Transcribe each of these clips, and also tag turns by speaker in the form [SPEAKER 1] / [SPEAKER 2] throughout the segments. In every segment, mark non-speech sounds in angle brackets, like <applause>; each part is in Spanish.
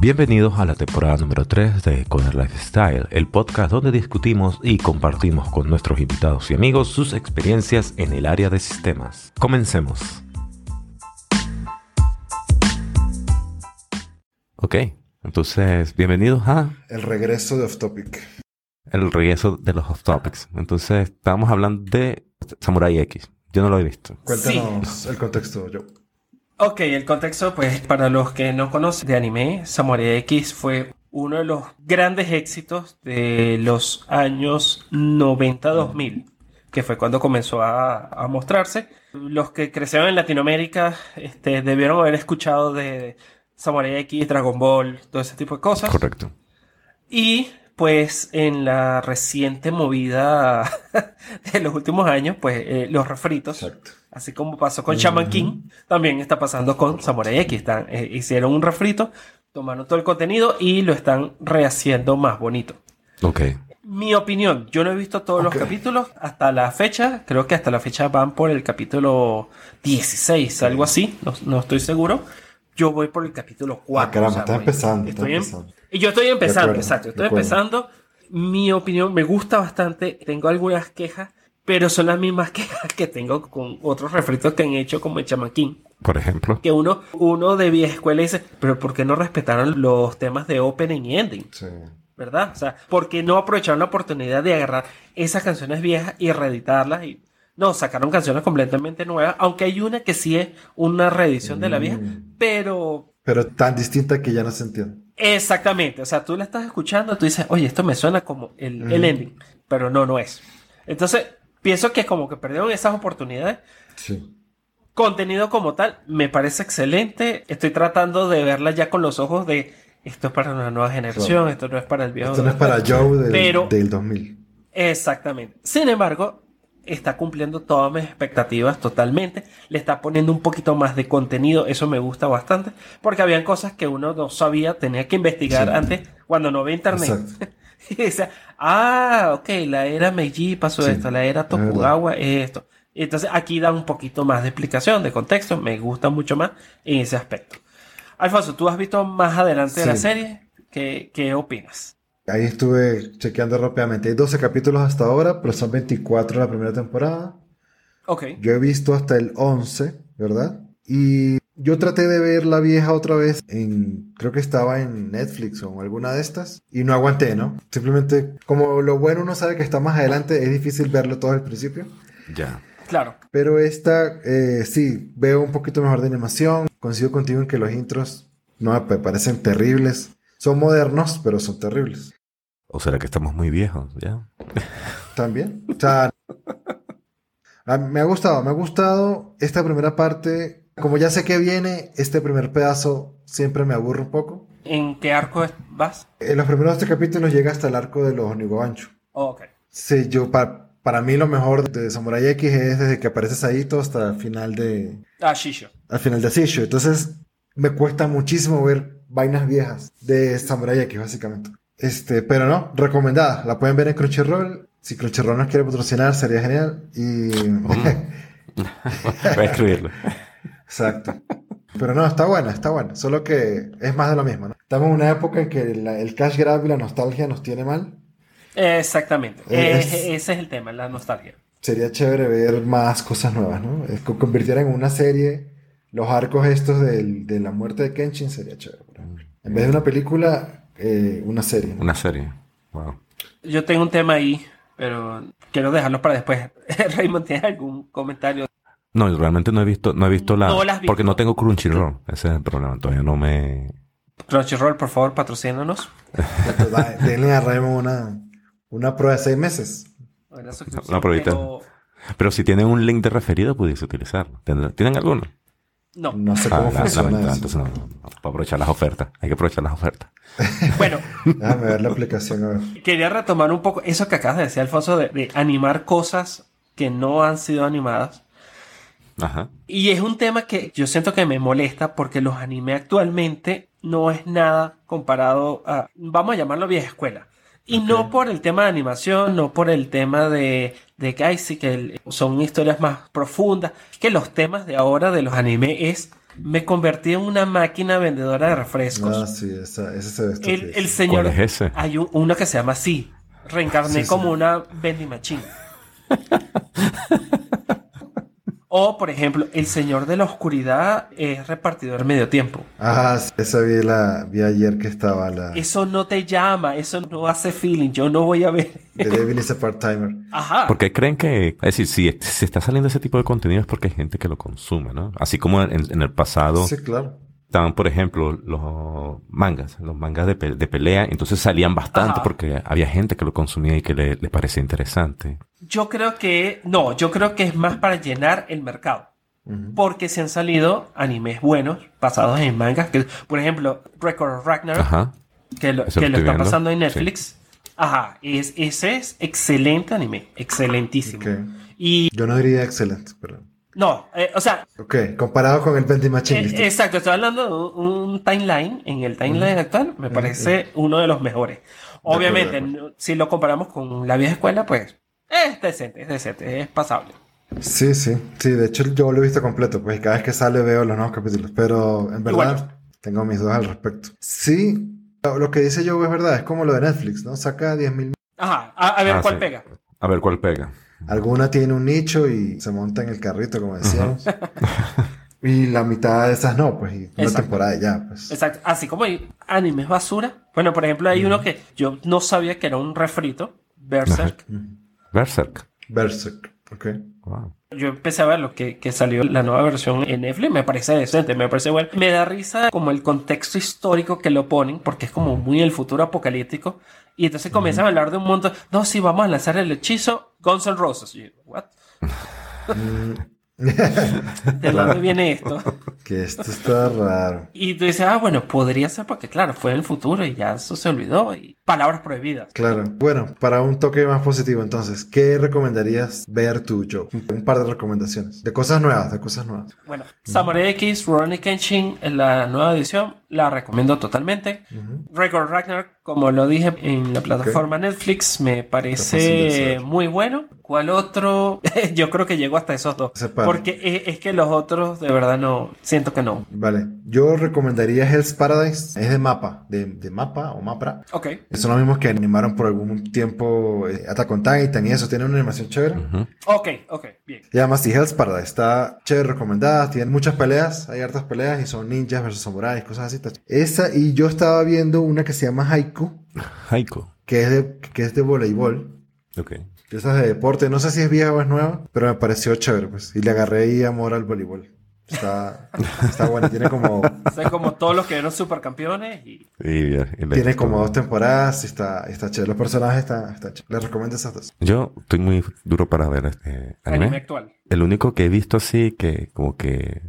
[SPEAKER 1] Bienvenidos a la temporada número 3 de Conner Lifestyle, el podcast donde discutimos y compartimos con nuestros invitados y amigos sus experiencias en el área de sistemas. Comencemos. Ok, entonces, bienvenidos a
[SPEAKER 2] El regreso de Off Topic.
[SPEAKER 1] el regreso de los off topics. Entonces, estábamos hablando de Samurai X. Yo no lo he visto.
[SPEAKER 2] Cuéntanos el contexto, yo.
[SPEAKER 3] Ok, el contexto, pues para los que no conocen de anime, Samurai X fue uno de los grandes éxitos de los años 90-2000, que fue cuando comenzó a, a mostrarse. Los que crecieron en Latinoamérica este, debieron haber escuchado de Samurai X, Dragon Ball, todo ese tipo de cosas.
[SPEAKER 1] Correcto.
[SPEAKER 3] Y pues en la reciente movida <laughs> de los últimos años, pues eh, los refritos.
[SPEAKER 2] Exacto.
[SPEAKER 3] Así como pasó con Shaman King, también está pasando con Samurai X. Están, eh, hicieron un refrito, tomaron todo el contenido y lo están rehaciendo más bonito.
[SPEAKER 1] Ok.
[SPEAKER 3] Mi opinión, yo no he visto
[SPEAKER 2] Ok.
[SPEAKER 3] todos los capítulos hasta la fecha, creo que hasta la fecha van por el capítulo 16, algo así, no, no estoy seguro. Yo voy por el capítulo 4.
[SPEAKER 2] Ah, caramba, estás
[SPEAKER 3] voy-
[SPEAKER 2] empezando, estás
[SPEAKER 3] Estoy en-
[SPEAKER 2] empezando.
[SPEAKER 3] y Yo estoy empezando,
[SPEAKER 2] acuerdo,
[SPEAKER 3] exacto, estoy
[SPEAKER 2] de acuerdo.
[SPEAKER 3] empezando. Mi opinión me gusta bastante, tengo algunas quejas, pero son las mismas <laughs> quejas que tengo con otros refritos que han hecho como el Shaman King
[SPEAKER 1] Por ejemplo.
[SPEAKER 3] que uno, uno de vieja escuela dice, pero ¿por qué no respetaron los temas de opening y ending?
[SPEAKER 2] Sí.
[SPEAKER 3] ¿Verdad? O sea, ¿por qué no aprovecharon la oportunidad de agarrar esas canciones viejas y reeditarlas? Y... No, sacaron canciones completamente nuevas, aunque hay una que sí es una reedición de la vieja,
[SPEAKER 2] Mm.
[SPEAKER 3] pero
[SPEAKER 2] Pero tan distinta que ya no se entiende.
[SPEAKER 3] exactamente, o sea, tú la estás escuchando, tú dices, oye, esto me suena como el, el
[SPEAKER 2] Ujú.
[SPEAKER 3] ending, pero no, no es. Entonces, pienso que como que perdieron esas oportunidades
[SPEAKER 2] Sí.
[SPEAKER 3] Contenido como tal, me parece excelente. Estoy tratando de verla ya con los ojos de esto es para una nueva generación,
[SPEAKER 2] Claro.
[SPEAKER 3] esto no es para el viejo.
[SPEAKER 2] Esto no es para Joe del,
[SPEAKER 3] Pero-
[SPEAKER 2] del 2000.
[SPEAKER 3] Exactamente. Sin embargo, está cumpliendo todas mis expectativas totalmente. Le está poniendo un poquito más de contenido, eso me gusta bastante, porque habían cosas que uno no sabía, tenía que investigar
[SPEAKER 2] Sí.
[SPEAKER 3] antes cuando no ve internet.
[SPEAKER 2] Exacto.
[SPEAKER 3] <laughs> Y decía, ah, ok, la era Meiji pasó
[SPEAKER 2] Sí,
[SPEAKER 3] esto, la era
[SPEAKER 2] es verdad.
[SPEAKER 3] Tokugawa es esto. Entonces aquí da un poquito más de explicación, de contexto, me gusta mucho más en ese aspecto. Alfonso, tú has visto más adelante de la
[SPEAKER 2] Sí.
[SPEAKER 3] serie, ¿qué, qué opinas?
[SPEAKER 2] Ahí estuve chequeando rápidamente. Hay 12 capítulos hasta ahora, pero son 24 la primera temporada.
[SPEAKER 3] Ok,
[SPEAKER 2] Yo he visto hasta el 11, ¿verdad? Y yo traté de ver la vieja otra vez en, creo que estaba en Netflix o en alguna de estas, y no aguanté, ¿no? Simplemente, como lo bueno uno sabe que está más adelante, es difícil verlo todo al principio.
[SPEAKER 1] Ya.
[SPEAKER 3] claro.
[SPEAKER 2] Pero esta, eh, sí, veo un poquito mejor de animación. Coincido contigo en que los intros no me parecen terribles. Son modernos, pero son terribles.
[SPEAKER 1] ¿O será que estamos muy viejos? Ya.
[SPEAKER 2] También. O sea, a- me ha gustado, me ha gustado esta primera parte. Como ya sé que viene, este primer pedazo siempre me aburre un poco.
[SPEAKER 3] ¿En qué arco es- vas?
[SPEAKER 2] En los primeros tres capítulos llega hasta el arco de los Onigobancho.
[SPEAKER 3] Ok.
[SPEAKER 2] Sí, yo, pa- para mí lo mejor de Samurai X es desde que aparece Saito hasta el final de,
[SPEAKER 3] Ah, Shisho.
[SPEAKER 2] al final de Sisho. Entonces, me cuesta muchísimo ver vainas viejas de Samurai X, básicamente. Este, pero no, recomendada. La pueden ver en Crunchyroll. Si Crunchyroll nos quiere patrocinar, sería genial. Y.
[SPEAKER 1] Voy a escribirlo.
[SPEAKER 2] <laughs> Exacto. Pero no, está buena, está buena. Solo que es más de lo mismo, ¿no? Estamos en una época en que la- el cash grab y la nostalgia nos tiene mal.
[SPEAKER 3] Exactamente.
[SPEAKER 2] Es-
[SPEAKER 3] Eje- ese es el tema, la nostalgia.
[SPEAKER 2] Sería chévere ver más cosas nuevas, ¿no? Es que convirtieran en una serie los arcos estos del- de la muerte de Kenshin, sería chévere. por ejemplo. En vez de una película, eh, una
[SPEAKER 1] <laughs>
[SPEAKER 2] serie. ¿no?
[SPEAKER 1] Una serie. Wow.
[SPEAKER 3] Yo tengo un tema ahí, pero quiero dejarlo para después. <laughs> Raymond, ¿tienes algún comentario?
[SPEAKER 1] No, realmente no he visto, no he visto la.
[SPEAKER 3] No la has visto.
[SPEAKER 1] Porque no tengo Crunchyroll. Ese es el problema. Todavía no me.
[SPEAKER 3] Crunchyroll, por favor, patrocínanos.
[SPEAKER 2] Entonces, da- Denle a Raymond una, una prueba de seis meses.
[SPEAKER 3] Una suscripción,
[SPEAKER 1] No, pero ahorita-
[SPEAKER 3] pero
[SPEAKER 1] Pero si tienen un link de referido, pudiese utilizarlo. ¿Tendrán- ¿Tienen alguno?
[SPEAKER 3] no.
[SPEAKER 2] No sé
[SPEAKER 1] Ah,
[SPEAKER 2] cómo
[SPEAKER 1] la-
[SPEAKER 2] funciona
[SPEAKER 1] lamentable,
[SPEAKER 2] eso.
[SPEAKER 1] entonces no, no, no. Para aprovechar las ofertas. Hay que aprovechar las ofertas.
[SPEAKER 3] Bueno,
[SPEAKER 2] Déjame ver la aplicación,
[SPEAKER 1] <laughs>
[SPEAKER 2] a ver.
[SPEAKER 3] quería retomar un poco eso que acabas de decir, Alfonso, de, de animar cosas que no han sido animadas.
[SPEAKER 1] Ajá.
[SPEAKER 3] Y es un tema que yo siento que me molesta porque los anime actualmente no es nada comparado a, vamos a llamarlo vieja escuela. Y no por el tema de animación, no por el tema de, de que ay, sí, que el- son historias más profundas. Es que los temas de ahora de los anime es me convertí en una máquina vendedora de refrescos.
[SPEAKER 2] Ah, sí, esa, ese se ve
[SPEAKER 3] el,
[SPEAKER 2] estúpido.
[SPEAKER 3] el señor.
[SPEAKER 1] ¿Cuál es ese?
[SPEAKER 3] Hay un- uno que se llama así. Reencarné
[SPEAKER 2] Sí, sí.
[SPEAKER 3] como una vending machine. o, por ejemplo, el señor de la oscuridad es repartidor medio tiempo.
[SPEAKER 2] Ah, sí, esa vi, la, vi ayer que estaba
[SPEAKER 1] Ah.
[SPEAKER 2] la
[SPEAKER 3] Eso no te llama, eso no hace feeling. Yo no voy a ver.
[SPEAKER 2] The Devil is a Part-Timer.
[SPEAKER 3] Ajá.
[SPEAKER 1] ¿Por qué Ah. creen que, es decir, si se está saliendo ese tipo de contenido es porque hay gente que lo consume, ¿no? Así como en, en el pasado
[SPEAKER 2] Sí, claro.
[SPEAKER 1] estaban, por ejemplo, los mangas, los mangas de, pe- de pelea, entonces salían bastante
[SPEAKER 3] Ajá.
[SPEAKER 1] porque había gente que lo consumía y que le, le parecía interesante.
[SPEAKER 3] Yo creo que. No, yo creo que es más para llenar el mercado.
[SPEAKER 2] Ujú.
[SPEAKER 3] Porque se han salido animes buenos, basados en mangas. Que, por ejemplo, Record of Ragnar.
[SPEAKER 1] Ajá.
[SPEAKER 3] que lo,
[SPEAKER 1] Eso
[SPEAKER 3] que
[SPEAKER 1] lo
[SPEAKER 3] lo
[SPEAKER 1] estoy
[SPEAKER 3] está
[SPEAKER 1] viendo.
[SPEAKER 3] pasando en
[SPEAKER 1] Sí.
[SPEAKER 3] Netflix. Ajá, es, ese es excelente anime, excelentísimo.
[SPEAKER 2] Ok.
[SPEAKER 3] Y
[SPEAKER 2] Yo no diría excelente, pero...
[SPEAKER 3] no, eh, o sea,
[SPEAKER 2] Ok, comparado con el Bendy Machine.
[SPEAKER 3] eh,
[SPEAKER 2] listo.
[SPEAKER 3] exacto, estoy hablando de un, un timeline, en el timeline actual me parece uno de los mejores.
[SPEAKER 2] acuerdo,
[SPEAKER 3] Obviamente,
[SPEAKER 2] de acuerdo.
[SPEAKER 3] no- si lo comparamos con la vieja escuela, pues es decente, es decente, es pasable.
[SPEAKER 2] Sí, sí. Sí, de hecho yo lo he visto completo, pues y cada vez que sale veo los nuevos capítulos, pero en verdad tengo mis dudas al respecto. Sí, lo lo que dice yo es verdad, es como lo de Netflix, ¿no? Saca 10.000...
[SPEAKER 3] Ajá, a, a ver
[SPEAKER 1] Ah,
[SPEAKER 3] cuál
[SPEAKER 1] sí.
[SPEAKER 3] pega.
[SPEAKER 1] A ver cuál pega.
[SPEAKER 2] Alguna tiene un nicho y se monta en el carrito, como decíamos. y la mitad de esas no, pues, y una
[SPEAKER 3] Exacto.
[SPEAKER 2] temporada y ya, pues.
[SPEAKER 3] Exacto, así como hay animes basura. Bueno, por ejemplo, hay uno que yo no sabía que era un refrito, Berserk.
[SPEAKER 2] Ujú.
[SPEAKER 1] Berserk.
[SPEAKER 2] Mm. Berserk, ok.
[SPEAKER 1] Wow.
[SPEAKER 3] Yo empecé a ver lo que, que salió la nueva versión en Netflix, me parece decente, me parece bueno. Me da risa como el contexto histórico que lo ponen, porque es como muy el futuro apocalíptico. Y entonces comienzan a hablar de un montón. No, sí, vamos a lanzar el hechizo Guns N' Roses. Y yo, what? ¿De dónde viene esto?
[SPEAKER 2] Mm. <laughs> que esto está raro.
[SPEAKER 3] Y tú dices, ah, bueno, podría ser porque, claro, fue en el futuro y ya eso se olvidó. Y palabras prohibidas.
[SPEAKER 2] Claro. Bueno, para un toque más positivo, entonces, ¿qué recomendarías ver tú, Joe? Un par de recomendaciones. De cosas nuevas, de cosas nuevas.
[SPEAKER 3] Bueno, Samurai X, Ronnie Kenshin, la nueva edición, la recomiendo totalmente.
[SPEAKER 2] Ujú.
[SPEAKER 3] Record Ragnar, como lo dije en la plataforma Netflix, me
[SPEAKER 2] Está fácil de
[SPEAKER 3] parece
[SPEAKER 2] acceder.
[SPEAKER 3] muy bueno. ¿Cuál otro? <laughs> Yo creo que llego hasta esos dos.
[SPEAKER 2] Se para.
[SPEAKER 3] Porque e, es, es que los otros, de verdad, no. Siento que no.
[SPEAKER 2] Vale. Yo recomendaría Hell's Paradise. Es de mapa. De, de mapa o mapra.
[SPEAKER 3] Ok.
[SPEAKER 2] Son los mismos que animaron por algún tiempo eh, Attack on Titan y eso. Tiene una animación chévere.
[SPEAKER 1] Ujú.
[SPEAKER 3] Ok, ok, bien.
[SPEAKER 2] Y además, sí, Hell's Paradise está chévere, recomendada. Tienen muchas peleas, hay hartas peleas y son ninjas versus samuráis, cosas así. está ch- Esa, y yo estaba viendo una que se llama Haiku,
[SPEAKER 1] Haiku.
[SPEAKER 2] que es de, que es de voleibol.
[SPEAKER 1] Ok.
[SPEAKER 2] Esa es de deporte, no sé si es vieja o es nueva, pero me pareció chévere, pues. Y le agarré ahí amor al voleibol. Está, está bueno,
[SPEAKER 1] <laughs>
[SPEAKER 2] tiene como,
[SPEAKER 3] O sea, como todos los que eran supercampeones y.
[SPEAKER 1] Y, y le-
[SPEAKER 2] tiene como dos temporadas y está, está chévere. Los personajes están está chévere. Les recomiendo esas dos.
[SPEAKER 1] Yo estoy muy duro para ver este
[SPEAKER 3] Anime,
[SPEAKER 1] anime.
[SPEAKER 3] actual.
[SPEAKER 1] El único que he visto así que como que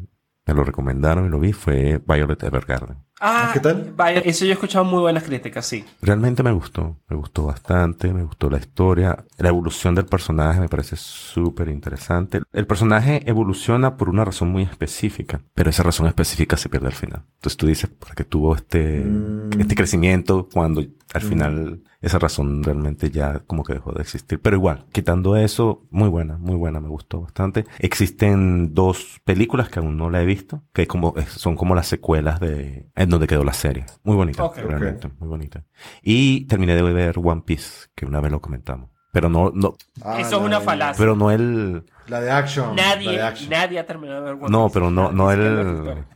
[SPEAKER 1] me lo recomendaron y lo vi fue Violet Evergarden.
[SPEAKER 3] Ah,
[SPEAKER 2] ¿Qué tal?
[SPEAKER 3] vaya, eso yo he escuchado muy buenas críticas, sí.
[SPEAKER 1] Realmente me gustó, me gustó bastante, me gustó la historia, la evolución del personaje me parece súper interesante. El personaje evoluciona por una razón muy específica, pero esa razón específica se pierde al final. Entonces tú dices, ¿para qué tuvo este,
[SPEAKER 2] Mm.
[SPEAKER 1] este crecimiento cuando al
[SPEAKER 2] Mm.
[SPEAKER 1] final esa razón realmente ya como que dejó de existir? Pero igual, quitando eso, muy buena, muy buena, me gustó bastante. Existen dos películas que aún no la he visto, que como, son como las secuelas de en donde quedó la serie. Muy bonita,
[SPEAKER 3] Ok.
[SPEAKER 1] realmente, muy bonita. Y terminé de ver One Piece, que una vez lo comentamos. Pero no, no,
[SPEAKER 2] Ah,
[SPEAKER 3] Eso es
[SPEAKER 2] la
[SPEAKER 3] una
[SPEAKER 2] de-
[SPEAKER 3] falacia.
[SPEAKER 1] pero no el,
[SPEAKER 2] La de action. la
[SPEAKER 3] Nadie,
[SPEAKER 2] de action.
[SPEAKER 3] nadie ha terminado de ver One
[SPEAKER 1] no,
[SPEAKER 3] Piece.
[SPEAKER 1] pero no, no
[SPEAKER 3] Nadie, es que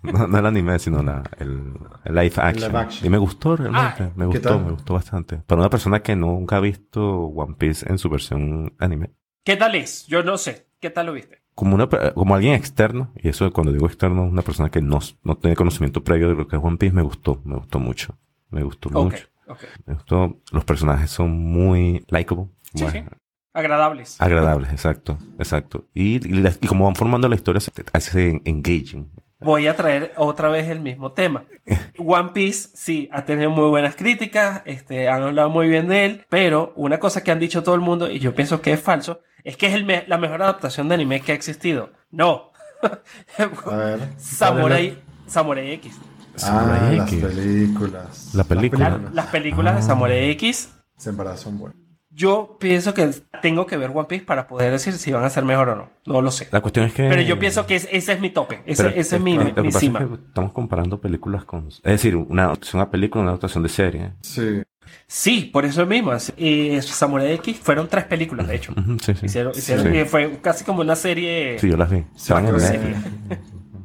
[SPEAKER 1] el, <laughs> no, no el anime, sino la, el, el live action.
[SPEAKER 2] live action.
[SPEAKER 1] Y me gustó
[SPEAKER 3] Ah,
[SPEAKER 1] realmente, me
[SPEAKER 2] ¿qué
[SPEAKER 1] gustó,
[SPEAKER 2] tal?
[SPEAKER 1] me gustó bastante. Para una persona que nunca ha visto One Piece en su versión anime,
[SPEAKER 3] ¿Qué tal es? Yo no sé. ¿Qué tal lo viste?
[SPEAKER 1] como una, pe- como alguien externo, y eso cuando digo externo, una persona que no, no tiene conocimiento previo de lo que es One Piece, me gustó, me gustó mucho, me gustó
[SPEAKER 3] Ok,
[SPEAKER 1] mucho.
[SPEAKER 3] ok.
[SPEAKER 1] Me gustó. Los personajes son muy likeable.
[SPEAKER 3] Sí,
[SPEAKER 1] bueno,
[SPEAKER 3] sí. Agradables.
[SPEAKER 1] Agradables, exacto, exacto. Y, y la- y como van formando la historia, se te hace engaging.
[SPEAKER 3] Voy a traer otra vez el
[SPEAKER 1] <laughs>
[SPEAKER 3] mismo tema. One Piece, sí, ha tenido muy buenas críticas, este, han hablado muy bien de él, pero una cosa que han dicho todo el mundo, y yo pienso que es falso, es que es el me- la mejor adaptación de anime que ha existido. No.
[SPEAKER 1] <laughs>
[SPEAKER 2] A
[SPEAKER 1] Ah,
[SPEAKER 2] ver.
[SPEAKER 3] Samurai, Samurai X.
[SPEAKER 2] Ah,
[SPEAKER 1] Samurai
[SPEAKER 2] las
[SPEAKER 1] X.
[SPEAKER 2] películas.
[SPEAKER 1] La película.
[SPEAKER 3] La- las películas de
[SPEAKER 1] Ah.
[SPEAKER 3] Samurai X
[SPEAKER 2] Se embarazan, bueno.
[SPEAKER 3] Yo pienso que tengo que ver One Piece para poder decir si van a ser mejor o no. No lo sé.
[SPEAKER 1] La cuestión es que...
[SPEAKER 3] Pero yo pienso que es- ese es mi tope. Ese,
[SPEAKER 1] Pero
[SPEAKER 3] ese es mi,
[SPEAKER 1] lo
[SPEAKER 3] mi-
[SPEAKER 1] que
[SPEAKER 3] mi
[SPEAKER 1] pasa es
[SPEAKER 3] cima.
[SPEAKER 1] que estamos comparando películas con... Es decir, una adaptación a película, una adaptación de serie.
[SPEAKER 2] Sí.
[SPEAKER 3] Sí, por eso mismo. Y Samurai X fueron tres películas, de hecho.
[SPEAKER 1] Ujú, Sí, sí.
[SPEAKER 3] Hicieron, hicieron-
[SPEAKER 1] Sí.
[SPEAKER 3] y fue casi como una serie.
[SPEAKER 1] Sí, yo las vi. Estaban en
[SPEAKER 2] fue-
[SPEAKER 1] Netflix.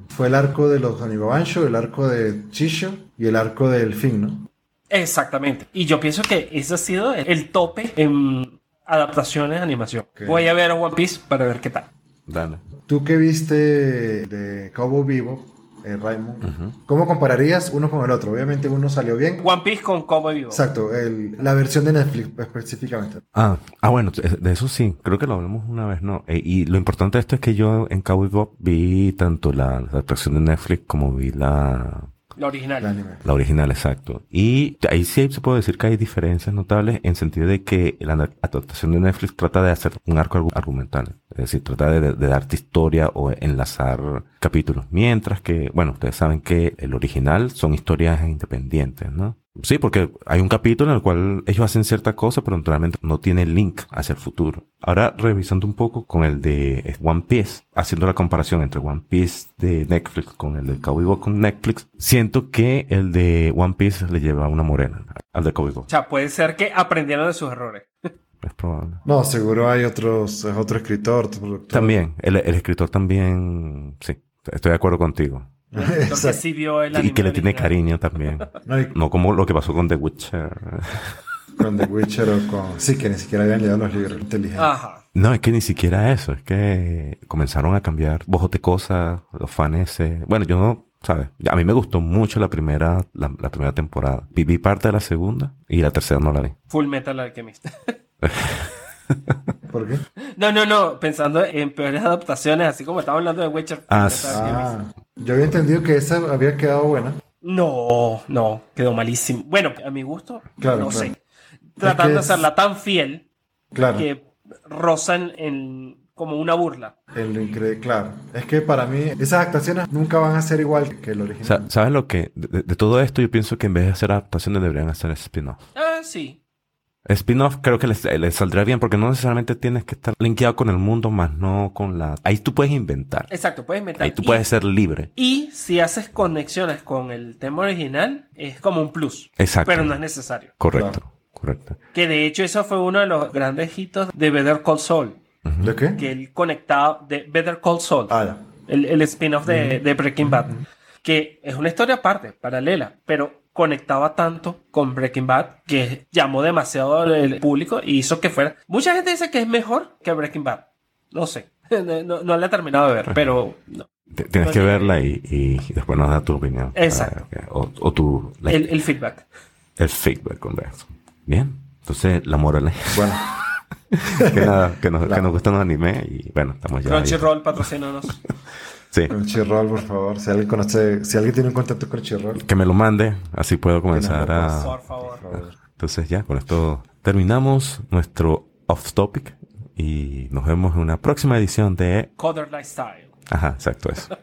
[SPEAKER 2] Fue el arco de los Anibabancho, el arco de Chisho y el arco del Fin, ¿no?
[SPEAKER 3] Exactamente. Y yo pienso que ese ha sido el- el tope en adaptaciones de animación.
[SPEAKER 2] Ok.
[SPEAKER 3] Voy a ver a One Piece para ver qué tal.
[SPEAKER 1] Dale.
[SPEAKER 2] Tú que viste de Cowboy Vivo, eh, Raymond, ¿cómo compararías uno con el otro? Obviamente uno salió bien.
[SPEAKER 3] One Piece con Cowboy Vivo.
[SPEAKER 2] Exacto, el- la versión de Netflix específicamente.
[SPEAKER 1] Ah, ah, bueno, de de eso sí, creo que lo hablamos una vez, ¿no? Eh, y lo importante de esto es que yo en Cowboy Bob vi tanto la, la atracción de Netflix como vi la,
[SPEAKER 3] La
[SPEAKER 2] El
[SPEAKER 3] original.
[SPEAKER 2] anime.
[SPEAKER 1] la original, exacto. Y ahí sí se puede decir que hay diferencias notables en sentido de que la na- adaptación de Netflix trata de hacer un arco argu- argumental, es decir, trata de, de darte historia o enlazar capítulos, mientras que, bueno, ustedes saben que el original son historias independientes, ¿no? Sí, porque hay un capítulo en el cual ellos hacen cierta cosa, pero naturalmente no tiene link hacia el futuro. Ahora, revisando un poco con el de One Piece, haciendo la comparación entre One Piece de Netflix con el de Cowboy Bebop con Netflix, siento que el de One Piece le lleva una morena al de Cowboy
[SPEAKER 3] O
[SPEAKER 1] Bebop.
[SPEAKER 3] sea, puede ser que aprendieron de
[SPEAKER 2] <laughs>
[SPEAKER 3] sus errores.
[SPEAKER 1] Es probable.
[SPEAKER 2] No, seguro hay otros, es otro escritor, otro productor.
[SPEAKER 1] También, el, el escritor también, sí, estoy de acuerdo contigo.
[SPEAKER 3] Porque
[SPEAKER 2] Exacto.
[SPEAKER 3] sí vio el
[SPEAKER 1] Y
[SPEAKER 3] anime
[SPEAKER 1] que le tiene
[SPEAKER 3] original.
[SPEAKER 1] cariño también.
[SPEAKER 2] No, y
[SPEAKER 1] No como lo que pasó con The Witcher.
[SPEAKER 2] con The Witcher o con... Sí, que ni siquiera habían llegado los libros inteligentes.
[SPEAKER 3] Ajá.
[SPEAKER 1] No, es que ni siquiera eso, es que comenzaron a cambiar bojote cosas, los fans se... Bueno, yo no, ¿sabes? A mí me gustó mucho la primera, la, la primera temporada. Vi, vi parte de la segunda y la tercera no la vi.
[SPEAKER 3] Full Metal Alchemist. <laughs> Ah.
[SPEAKER 2] ¿Por qué?
[SPEAKER 3] No, no, no. Pensando en peores adaptaciones, así como estaba hablando de Witcher.
[SPEAKER 1] Ah,
[SPEAKER 3] Full
[SPEAKER 1] sí.
[SPEAKER 3] Metal Alchemist.
[SPEAKER 2] Ah, yo había entendido que esa había quedado buena.
[SPEAKER 3] No, no. Quedó malísimo. Bueno, a mi gusto,
[SPEAKER 2] Claro,
[SPEAKER 3] no
[SPEAKER 2] claro.
[SPEAKER 3] sé. Tratando de
[SPEAKER 2] es-
[SPEAKER 3] hacerla tan fiel
[SPEAKER 2] Claro.
[SPEAKER 3] que rozan en como una burla.
[SPEAKER 2] En lo increíble, claro. Es que para mí esas adaptaciones nunca van a ser igual que el original.
[SPEAKER 1] Sa- ¿Sabes lo que? De, de todo esto yo pienso que en vez de hacer adaptaciones deberían hacer spin-off.
[SPEAKER 3] Ah, sí.
[SPEAKER 1] Spin-off creo que les, les saldría bien porque no necesariamente tienes que estar linkeado con el mundo, más no con la... Ahí tú puedes inventar.
[SPEAKER 3] Exacto, puedes meter.
[SPEAKER 1] Ahí tú
[SPEAKER 3] y-
[SPEAKER 1] puedes ser libre.
[SPEAKER 3] Y si haces conexiones con el tema original, es como un plus.
[SPEAKER 1] Exacto.
[SPEAKER 3] Pero no es necesario.
[SPEAKER 1] Correcto, correcto.
[SPEAKER 3] Que de hecho eso fue uno de los grandes hitos de Better Call Saul.
[SPEAKER 1] Ujú.
[SPEAKER 2] ¿De qué?
[SPEAKER 3] Que él conectaba de Better Call Saul,
[SPEAKER 2] Ah, ya.
[SPEAKER 3] el, el spin-off de, de Breaking Bad. Que es una historia aparte, paralela, pero conectaba tanto con Breaking Bad que llamó demasiado al público y hizo que fuera... Mucha gente dice que es mejor que Breaking Bad. No sé. <laughs> No, no- no la he terminado de
[SPEAKER 1] Ah.
[SPEAKER 3] ver, pero no.
[SPEAKER 1] Te- Tienes que
[SPEAKER 3] Porque-
[SPEAKER 1] verla y, y- y después nos da tu opinión.
[SPEAKER 3] Pues, Exacto.
[SPEAKER 1] Ah, ok. O, o tu la-
[SPEAKER 3] el,
[SPEAKER 1] el,
[SPEAKER 3] el feedback.
[SPEAKER 1] feedback con eso. Bien. Entonces, la moral <laughs> es
[SPEAKER 2] Bueno,
[SPEAKER 1] que, nada, que, nos, que
[SPEAKER 2] Claro.
[SPEAKER 1] nos gustan los animes y bueno, estamos ya. ahí.
[SPEAKER 3] Crunchyroll, patrocínanos.
[SPEAKER 1] Sí.
[SPEAKER 2] Crunchyroll, por favor. Si alguien conoce, si alguien tiene un contacto con Crunchyroll,
[SPEAKER 1] Que me lo mande, así puedo comenzar a.
[SPEAKER 3] Por favor.
[SPEAKER 2] por favor.
[SPEAKER 1] Entonces, ya con esto terminamos nuestro off topic y nos vemos en una próxima edición de.
[SPEAKER 3] Coder Lifestyle.
[SPEAKER 1] Ajá, exacto, eso.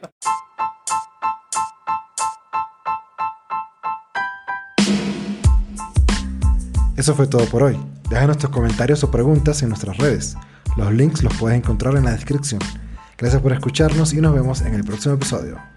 [SPEAKER 2] Eso fue todo por hoy. Déjanos tus comentarios o preguntas en nuestras redes. Los links los puedes encontrar en la descripción. Gracias por escucharnos y nos vemos en el próximo episodio.